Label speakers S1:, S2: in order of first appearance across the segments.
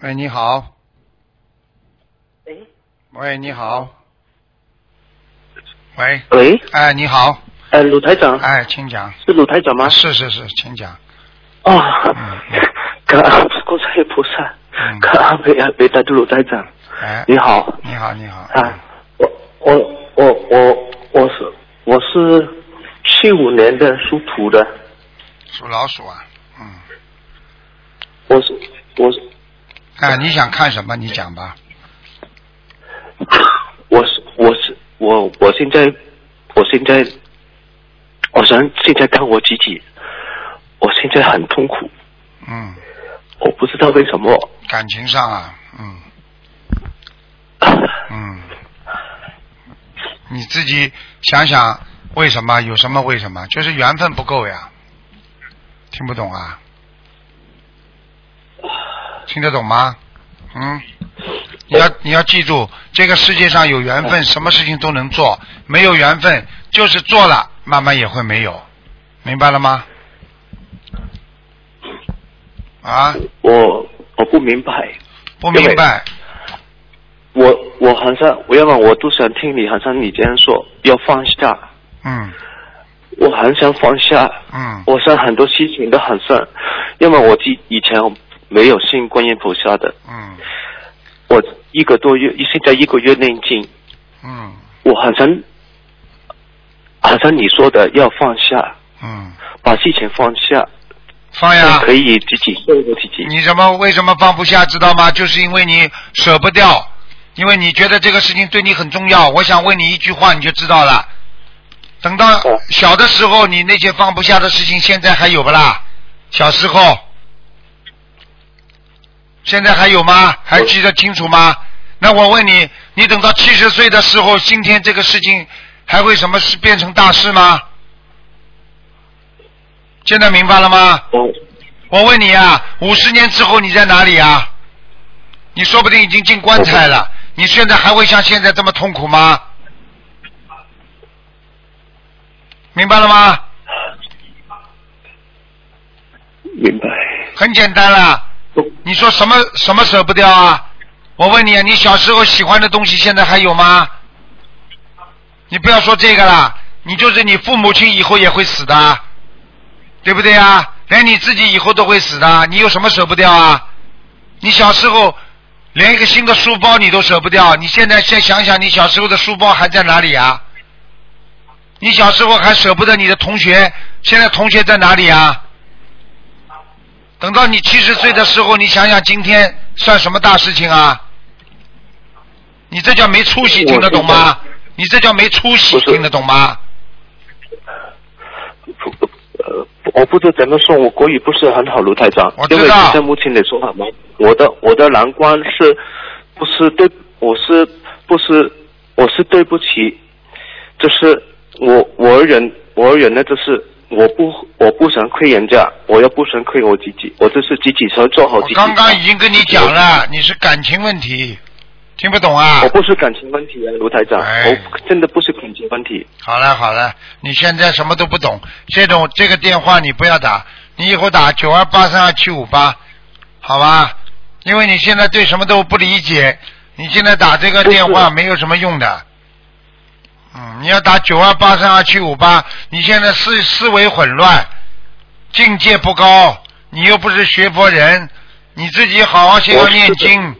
S1: 哎，你好，
S2: 哎，
S1: 喂，你好，喂，
S2: 喂，
S1: 哎，你好，
S2: 呃，鲁台长，
S1: 哎，请讲，
S2: 是鲁台长吗？
S1: 是是是，请讲，
S2: 哦
S1: 嗯，
S2: 感恩观世音菩萨
S1: 嗯，
S2: 感恩北安北大的鲁台长，
S1: 哎，
S2: 你好
S1: 你好，你好，
S2: 啊，我我我我我是我是七五年的属土的，
S1: 属老鼠啊，嗯，
S2: 我是我是
S1: 哎，你想看什么？你讲吧，
S2: 我是我是我我现在我现在我想现在看我自己，我现在很痛苦，
S1: 嗯，
S2: 我不知道为什么，
S1: 感情上啊，嗯嗯，你自己想想为什么？有什么为什么？就是缘分不够呀，听不懂啊？听得懂吗？嗯，你要你要记住，这个世界上有缘分，什么事情都能做；没有缘分，就是做了，慢慢也会没有，明白了吗？啊，
S2: 我我不明白。
S1: 不明白。
S2: 我我好像，我要么我都想听你，好像你这样说要放下，
S1: 嗯
S2: 我很想放下，
S1: 嗯
S2: 我想很多事情都很想，要么我以以前没有信观音菩萨的，
S1: 嗯
S2: 我一个多月，现在一个月念经，
S1: 嗯
S2: 我好像，好像你说的要放下，
S1: 嗯，
S2: 把事情放下，
S1: 放呀！
S2: 可以自己说服自己，
S1: 你怎么为什么放不下？知道吗？就是因为你舍不掉，因为你觉得这个事情对你很重要。我想问你一句话，你就知道了。等到
S2: 哦
S1: 小的时候，你那些放不下的事情，现在还有不啦？小时候，现在还有吗？还记得清楚吗？那我问你，你等到七十岁的时候，今天这个事情还会什么事变成大事吗？现在明白了吗？
S2: 我
S1: 我问你啊，五十年之后你在哪里啊？你说不定已经进棺材了，你现在还会像现在这么痛苦吗？明白了吗？
S2: 明白，
S1: 很简单啦，
S2: 我
S1: 你说什么什么舍不掉啊？我问你啊，你小时候喜欢的东西现在还有吗？你不要说这个啦，你就是你父母亲以后也会死的，对不对啊？连你自己以后都会死的，你有什么舍不掉啊？你小时候连一个新的书包你都舍不掉，你现在先想想你小时候的书包还在哪里啊？你小时候还舍不得你的同学，现在同学在哪里啊？等到你七十岁的时候，你想想今天算什么大事情啊？你这叫没出息，
S2: 我
S1: 听得懂吗
S2: 知道？
S1: 你这叫没出息，
S2: 不是
S1: 听得懂吗？
S2: 不呃，我不知道怎么说，我国语不是很好，卢台长。
S1: 我知
S2: 因
S1: 道
S2: 为现在目前来说，我的我的难关是，不是对，我是不是我是对不起，就是我我忍我忍呢，就是我不我不想亏人家，我又不想亏我自己，我就是自己想做好
S1: 我
S2: 自己。
S1: 刚刚已经跟你讲了，你是感情问题，听不懂啊
S2: 我？不是感情问题啊，卢台长，
S1: 哎
S2: 我真的不是感情问题。
S1: 好了好了，你现在什么都不懂，这种这个电话你不要打，你以后打九二八三二七五八，好吧？因为你现在对什么都不理解，你现在打这个电话没有什么用的。嗯，你要打九二八三二七五八，你现在思思维混乱，境界不高，你又不是学佛人，你自己好好先要
S2: 我是
S1: 念
S2: 的
S1: 经，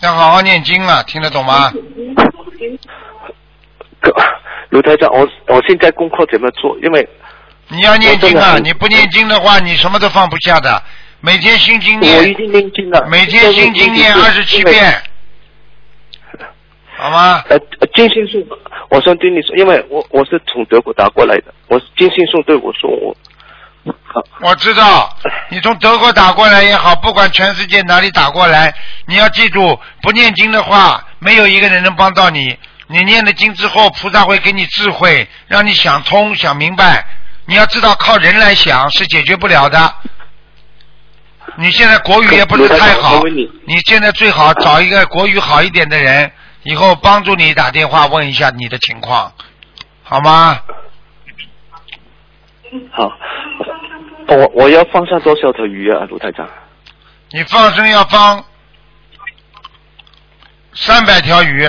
S1: 要好好念经啊，听得懂吗？
S2: 可卢台长，我我现在功课怎么做？因为
S1: 你要念经啊！
S2: 我真的
S1: 你不念经的话，你什么都放不下的。每天心经
S2: 我已
S1: 念，
S2: 经念经了，
S1: 每天心经念二十七遍，好吗？
S2: 呃，呃金星树，我想对你说，因为我我是从德国打过来的，我金星树对我说我，啊，
S1: 我知道，你从德国打过来也好，不管全世界哪里打过来，你要记住，不念经的话，没有一个人能帮到你。你念了经之后，菩萨会给你智慧，让你想通、想明白。你要知道，靠人来想是解决不了的。你现在国语也不是太
S2: 卢台长
S1: 好
S2: 我问你，
S1: 你现在最好找一个国语好一点的人，以后帮助你打电话问一下你的情况，好吗？
S2: 好，我我要放下多少条鱼啊，卢台长？
S1: 你放生要放三百条鱼，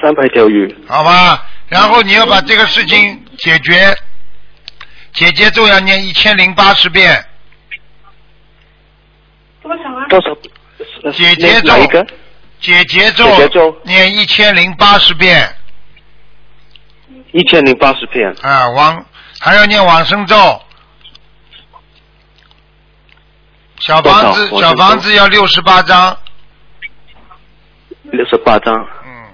S2: 三百条鱼，
S1: 好吧？然后你要把这个事情解决，姐姐咒要念一千零八十遍，
S3: 多少啊？
S2: 多少？呃
S1: 姐姐
S2: 哪一个
S1: 咒？姐姐咒
S2: 姐姐咒
S1: 念一千零八十遍
S2: 一千零八十片，
S1: 啊，往还要念往生咒，小房子
S2: 多少
S1: 小
S2: 往生咒
S1: 房子要六十八张，
S2: 六十八张。
S1: 嗯，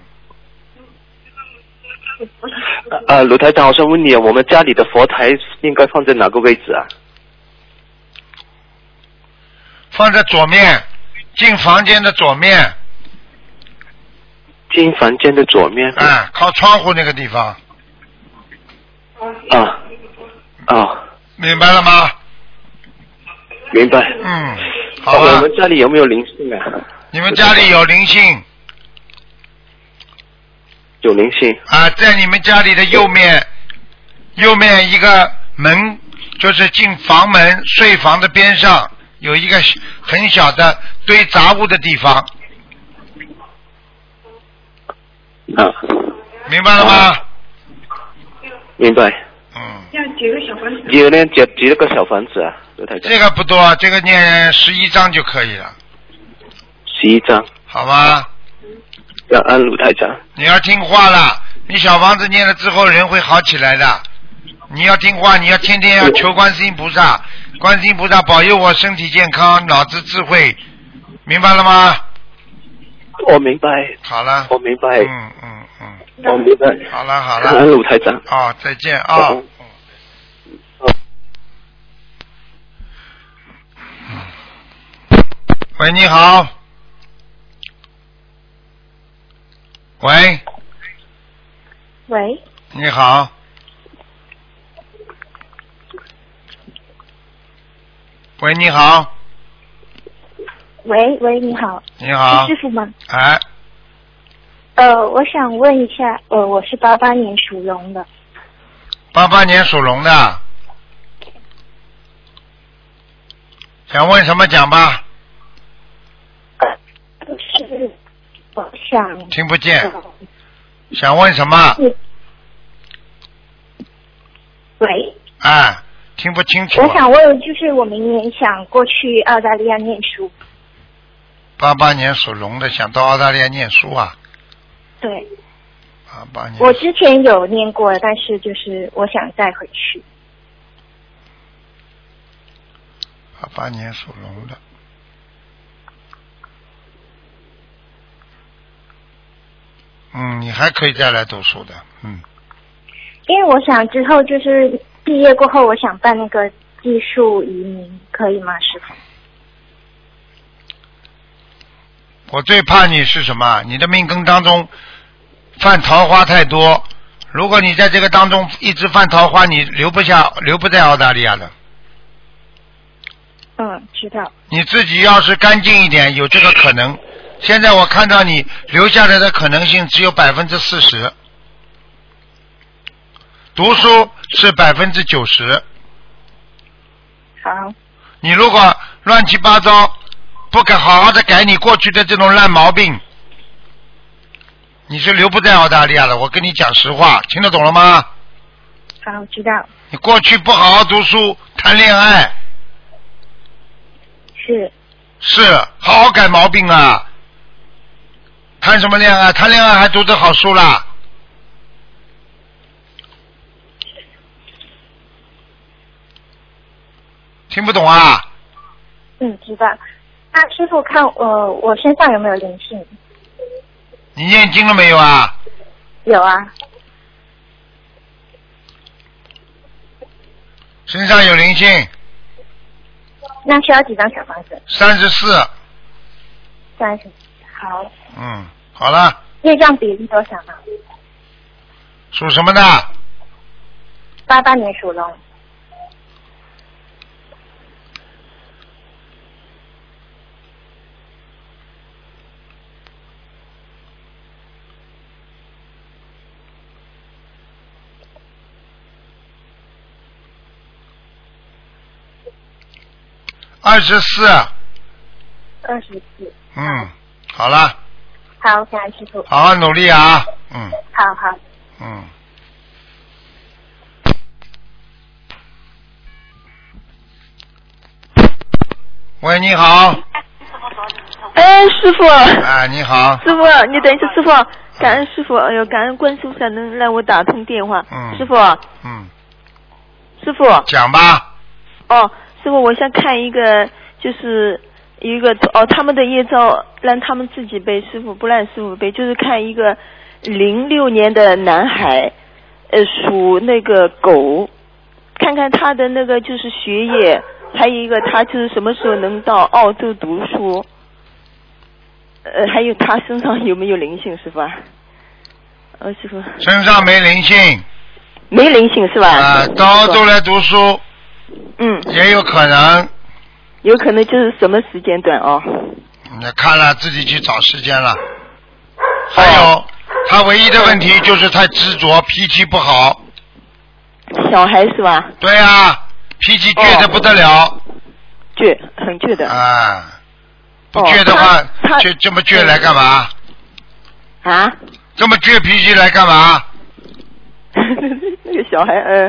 S2: 呃，卢台长，我想问你，我们家里的佛台应该放在哪个位置啊？
S1: 放在左面，进房间的左面，
S2: 进房间的左面。
S1: 啊，靠窗户那个地方，
S2: 啊啊，
S1: 明白了吗？
S2: 明白。
S1: 嗯，好
S2: 那我
S1: 了
S2: 们，家里有没有灵性啊？
S1: 你们家里有灵性
S2: 有灵性。
S1: 啊，在你们家里的右面，右面一个门，就是进房门睡房的边上有一个小很小的堆杂物的地方，
S2: 啊，
S1: 明白了吗？
S2: 明白。
S1: 嗯，
S3: 要几个小房子？
S2: 有呢，几几个小房子啊？卢台长
S1: 这，个不多，这个念十一章就可以了，
S2: 十一张。
S1: 好吗？
S2: 要按卢台长。
S1: 你要听话了，你小房子念了之后人会好起来的。你要听话，你要天天要求观世音菩萨，观世音菩萨保佑我身体健康，脑子智慧，明白了吗？
S2: 我明白，
S1: 好了，
S2: 我明白，
S1: 嗯嗯嗯，
S2: 我明白。
S1: 好了好
S2: 感恩
S1: 了，
S2: 卢台长。
S1: 哦，再见啊、
S2: 嗯
S1: 嗯喂，你好。喂，
S4: 喂，
S1: 你好。喂，你好，
S4: 喂喂，你好，
S1: 你好
S4: 是，师傅吗？
S1: 哎，
S4: 呃，我想问一下，呃，我是八八年属龙的，
S1: 八八年属龙的，想问什么讲吧？
S4: 呃是我想
S1: 听不见，
S4: 呃
S1: 想问什么？
S4: 喂，
S1: 哎，听不清楚啊
S4: 我。想问，就是我明年想过去澳大利亚念书，
S1: 八八年属龙的想到澳大利亚念书啊？
S4: 对
S1: 八八年。
S4: 我之前有念过，但是就是我想再回去。
S1: 八八年属龙的。嗯，你还可以再来读书的，嗯，
S4: 因为我想之后就是毕业过后，我想办那个技术移民，可以吗，师傅？
S1: 我最怕你是什么？你的命根当中犯桃花太多，如果你在这个当中一直犯桃花，你留不下，留不在澳大利亚的。
S4: 嗯，知道。
S1: 你自己要是干净一点，有这个可能。现在我看到你留下来的可能性只有百分之四十，读书是百分之九十。
S4: 好，
S1: 你如果乱七八糟，不改好好的改你过去的这种烂毛病，你是留不在澳大利亚的。我跟你讲实话，听得懂了吗？
S4: 好，知道。
S1: 你过去不好好读书，谈恋爱
S4: 是，
S1: 是好好改毛病啊。谈什么恋爱？谈恋爱还读得好书啦？听不懂啊？
S4: 嗯，知道。那师傅看呃，我身上有没有灵性？
S1: 你念经了没有啊？
S4: 有啊，
S1: 身上有灵性，
S4: 那需要几张小房子？
S1: 三十四。
S4: 三十。好，
S1: 嗯，好了，
S4: 业障比例多少呢？
S1: 属什么的？
S4: 八八年属龙，
S1: 二十四。
S4: 二十四。
S1: 嗯，好了，
S4: 好，感恩师傅。
S1: 好好努力啊，嗯
S4: 好好，
S1: 嗯。喂，你好，
S3: 哎，师傅，
S1: 哎，你好，
S3: 师傅，你等一下，师傅，感恩师傅，哎呦，感恩观世菩萨能让我打通电话。
S1: 嗯
S3: 师傅，
S1: 嗯，
S3: 师傅，
S1: 讲吧，
S3: 哦，师傅，我想看一个，就是一个哦，他们的业障让他们自己背，师傅不让师傅背，就是看一个零六年的男孩，呃，属那个狗，看看他的那个就是学业，还有一个他就是什么时候能到澳洲读书，呃，还有他身上有没有灵性，师傅啊？呃、师傅
S1: 身上没灵性，
S3: 没灵性是吧？
S1: 啊、到澳洲来读书
S3: 嗯，
S1: 也有可能，
S3: 有可能就是什么时间段哦？
S1: 你看了自己去找时间了。还有，他唯一的问题就是太执着，脾气不好。
S3: 小孩是吧？
S1: 对啊，脾气倔
S3: 哦
S1: 得不得了、
S3: 倔，很倔的。
S1: 啊！不
S3: 哦
S1: 倔的话
S3: 他，他
S1: 就这么倔来干嘛？
S3: 啊，
S1: 这么倔脾气来干嘛？
S3: 那个小孩，呃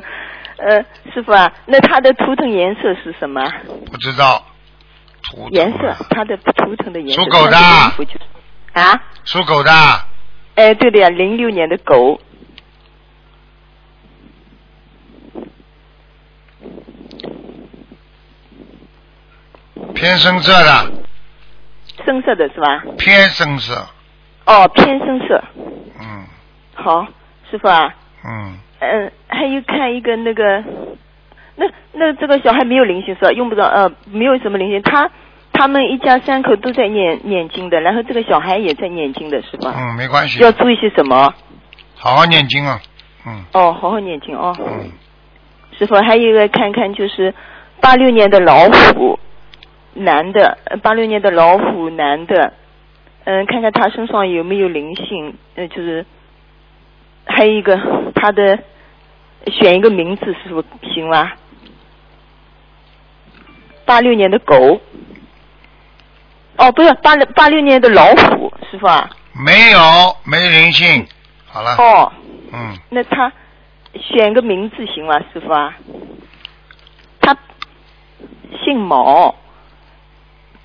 S3: 呃，师傅啊，那他的图腾颜色是什么？
S1: 不知道。图腾
S3: 颜色，他的图腾的颜色。
S1: 属狗的
S3: 他衣服就是啊，
S1: 属狗的，
S3: 哎，对的呀，零六年的狗。
S1: 偏深色的，
S3: 深色的是吧？
S1: 偏深色。
S3: 哦，偏深色。
S1: 嗯
S3: 好，师傅啊，
S1: 嗯，
S3: 嗯、还有看一个那个，那那这个小孩没有灵性是吧？用不着，呃，没有什么灵性。他他们一家三口都在念念经的，然后这个小孩也在念经的是吧？
S1: 嗯，没关系，
S3: 要注意些什么？
S1: 好好念经啊。嗯
S3: 哦，好好念经哦。
S1: 嗯，
S3: 师傅，还有一个看看就是八六年的老虎，男的，呃八六年的老虎男的，嗯，看看他身上有没有灵性，呃，就是还有一个他的选一个名字，师傅行吗？八六年的狗，哦，不是八六八六年的老虎，师傅啊，
S1: 没有没灵性，好了，
S3: 哦，
S1: 嗯，
S3: 那他选个名字行吗，师傅啊？他姓毛，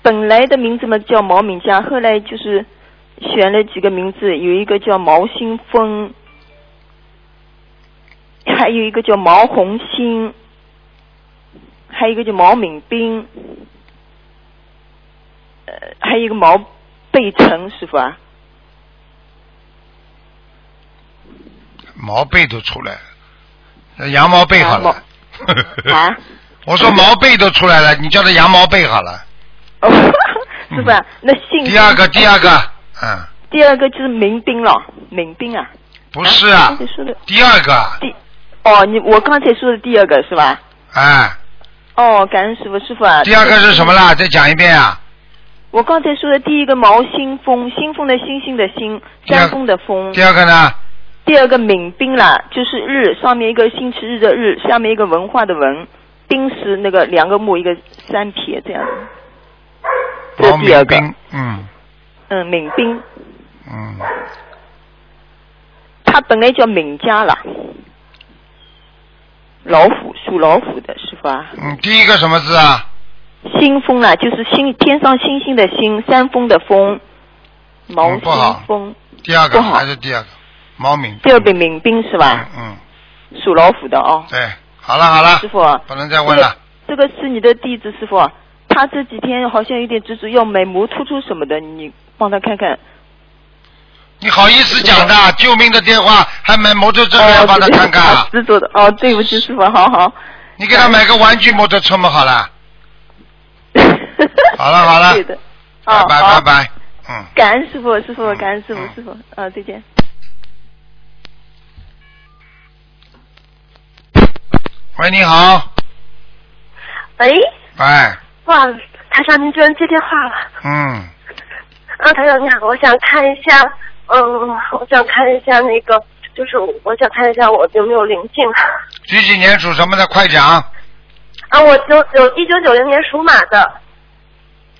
S3: 本来的名字嘛叫毛敏佳，后来就是选了几个名字，有一个叫毛新峰，还有一个叫毛红星，还有一个叫毛敏斌，呃，还有一个毛贝成，师傅啊。
S1: 毛背都出来了，羊毛背好了。
S3: 啊
S1: 我说毛背都出来了，你叫他羊毛背好了。
S3: 哦， 是吧？那姓
S1: 第二个，第二个，嗯，
S3: 第二个就是民兵了，民兵啊。
S1: 不是啊
S3: 刚，才说的
S1: 第二个，
S3: 第，哦，你我刚才说的第二个是吧？
S1: 哎，
S3: 哦，感恩师傅，师傅啊。
S1: 第二个是什么啦？再讲一遍啊。
S3: 我刚才说的第一个毛新风，新风的星星的星，
S1: 第二
S3: 山峰的峰。
S1: 第二个呢？
S3: 第二个闽兵啦，就是日上面一个星期日的日，下面一个文化的文，丁是那个两个木一个三撇这样。这
S1: 毛
S3: 是第二
S1: 敏
S3: 个，
S1: 兵，嗯
S3: 嗯，闽兵，
S1: 嗯，
S3: 他本来叫闽家啦。老虎属老虎的师傅啊。
S1: 嗯，第一个什么字啊？
S3: 星风啦，就是星天上星星的星，山峰的峰，毛
S1: 嗯不好
S3: 新风，
S1: 第二个
S3: 不好
S1: 还是第二个？毛敏
S3: 第二本民兵是
S1: 嗯
S3: 吧？
S1: 嗯，
S3: 属老虎的哦，
S1: 对，好了好了
S3: 师，傅啊，
S1: 不能再问了。
S3: 这个是你的弟子师傅啊，他这几天好像有点执着要买摩托车什么的，你帮他看看。
S1: 你好意思讲的？救命的电话还买摩托车还要帮他看看
S3: 哦
S1: 啊？
S3: 对不起执着的哦，对不起师傅，好好。
S1: 你给他买个玩具摩托车嘛，好了，好了好了
S3: 对的，
S1: 拜
S3: 哦
S1: 拜拜
S3: 好
S1: 拜，嗯。
S3: 感恩师傅，师傅感恩师傅
S1: 嗯，
S3: 师傅啊，再见。
S1: 喂，你好，
S5: 喂，
S1: 喂，
S5: 哎哇，台上您居然接电话了。
S1: 嗯，
S5: 啊，台长你好，我想看一下，嗯，我想看一下那个，就是我想看一下我有没有灵性。
S1: 几几年属什么的？快讲
S5: 啊，我九九一九九零年属马的，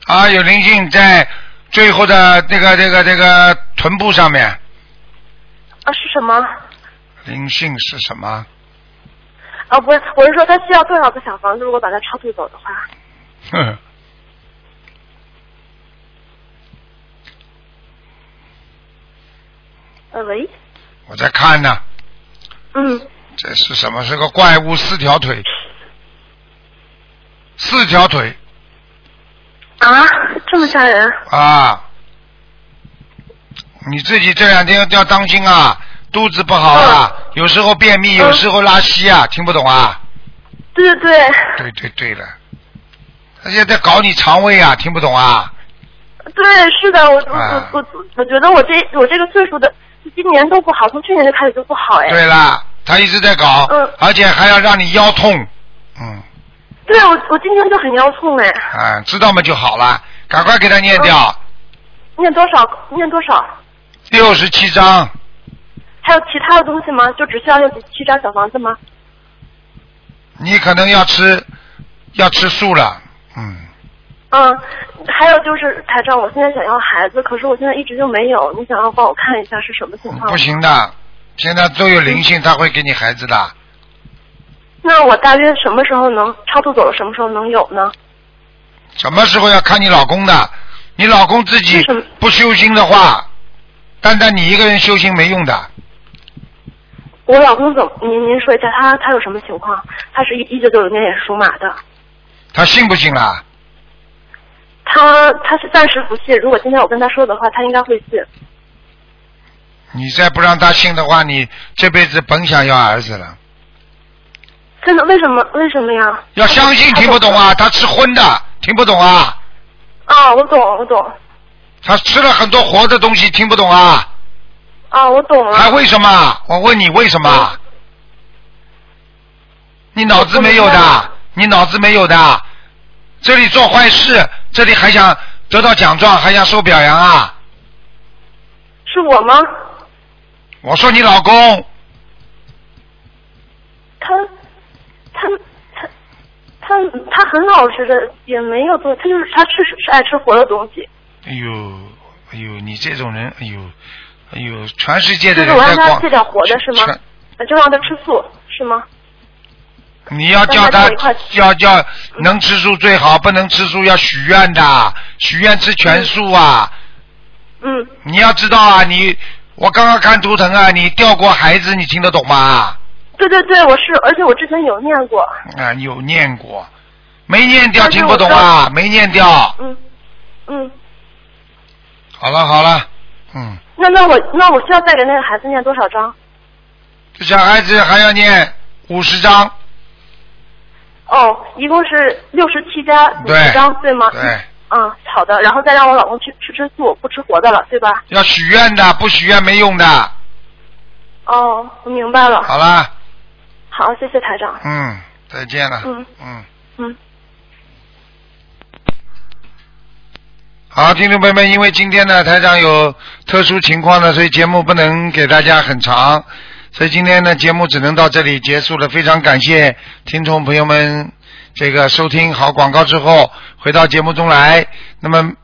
S1: 啊！有灵性在最后的这个这个这个臀部上面，
S5: 啊，是什么？
S1: 灵性是什么？
S5: 啊，不是，我是说他需要多少个小房子？如果把他超度走的话，
S1: 哼。
S5: 呃，喂，
S1: 我在看呢、
S5: 嗯，
S1: 这是什么？是个怪物，四条腿，四条腿
S5: 啊，这么吓人？
S1: 啊！你自己这两天要当心啊，肚子不好啊，有时候便秘，有时候拉稀啊，听不懂啊？
S5: 对对对，
S1: 对对对了，他现在搞你肠胃啊，听不懂啊？
S5: 对，是的，我
S1: 啊
S5: 我我我我觉得我这我这个岁数的，今年都不好，从去年就开始就不好哎。
S1: 对啦，他一直在搞
S5: 嗯，
S1: 而且还要让你腰痛，嗯，
S5: 对，我我今天就很腰痛哎。
S1: 啊，知道吗就好了，赶快给他念掉
S5: 嗯念多少？念多少？
S1: 六十七章，
S5: 还有其他的东西吗？就只需要用七张小房子吗？
S1: 你可能要吃要吃素了，嗯。
S5: 嗯，还有就是台长，我现在想要孩子，可是我现在一直就没有，你想要帮我看一下是什么情
S1: 嗯
S5: 况？
S1: 不行的，现在都有灵
S5: 嗯
S1: 性，他会给你孩子的。
S5: 那我大约什么时候能超度走了？什么时候能有呢？
S1: 什么时候要看你老公的？你老公自己
S5: 为什么
S1: 不修心的话，单单你一个人修心没用的。
S5: 我老公怎么？您您说一下，他他有什么情况？他是一一九九零年也是属马的，
S1: 他信不信啦？
S5: 他他是暂时不信，如果今天我跟他说的话，他应该会信。
S1: 你再不让他信的话，你这辈子甭想要儿子了。
S5: 真的？为什么？为什么呀？
S1: 要相信，听不懂啊？他吃荤的，听不懂啊？
S5: 啊，我懂，我懂，
S1: 他吃了很多活的东西，听不懂啊？
S5: 啊，我懂了。
S1: 还为什么？我问你为什
S5: 嗯
S1: 么？你脑子没有
S5: 我明白
S1: 的
S5: 了，
S1: 你脑子没有的，这里做坏事，这里还想得到奖状，还想受表扬啊！
S5: 是我吗？
S1: 我说你老公，
S5: 他他他他他很老实的，也没有做，他就是他吃是爱吃活的东西。
S1: 哎呦，哎呦，你这种人，哎呦，哎呦，全世界的
S5: 就
S1: 人
S5: 是我
S1: 在
S5: 让他
S1: 光
S5: 戒掉活的是吗呃
S1: 全？
S5: 就让他吃素是吗？
S1: 你要叫
S5: 让他
S1: 他
S5: 跟我一块吃
S1: 要要能吃素最好，不能吃素要许愿的，许愿吃全素啊！
S5: 嗯，
S1: 你要知道啊，你我刚刚看图腾啊，你掉过孩子，你听得懂吗？
S5: 对对对，我是，而且我之前有念过，
S1: 啊，有念过，没念掉
S5: 但是
S1: 听不懂啊，没念掉。
S5: 嗯嗯。
S1: 好了好了，嗯，
S5: 那那我那我需要再给那个孩子念多少章？
S1: 这小孩子还要念五十章，
S5: 哦，一共是六十七加五
S1: 对
S5: 十章，对吗？
S1: 对，
S5: 嗯，好的。然后再让我老公去吃吃素，不吃活的了，对吧？
S1: 要许愿的，不许愿没用的。
S5: 哦，我明白了。
S1: 好了，
S5: 好，谢谢台长。
S1: 嗯，再见了，
S5: 嗯
S1: 嗯。
S5: 嗯，
S1: 好，听众朋友们，因为今天呢台长有特殊情况呢，所以节目不能给大家很长，所以今天呢节目只能到这里结束了。非常感谢听众朋友们这个收听好广告之后回到节目中来。那么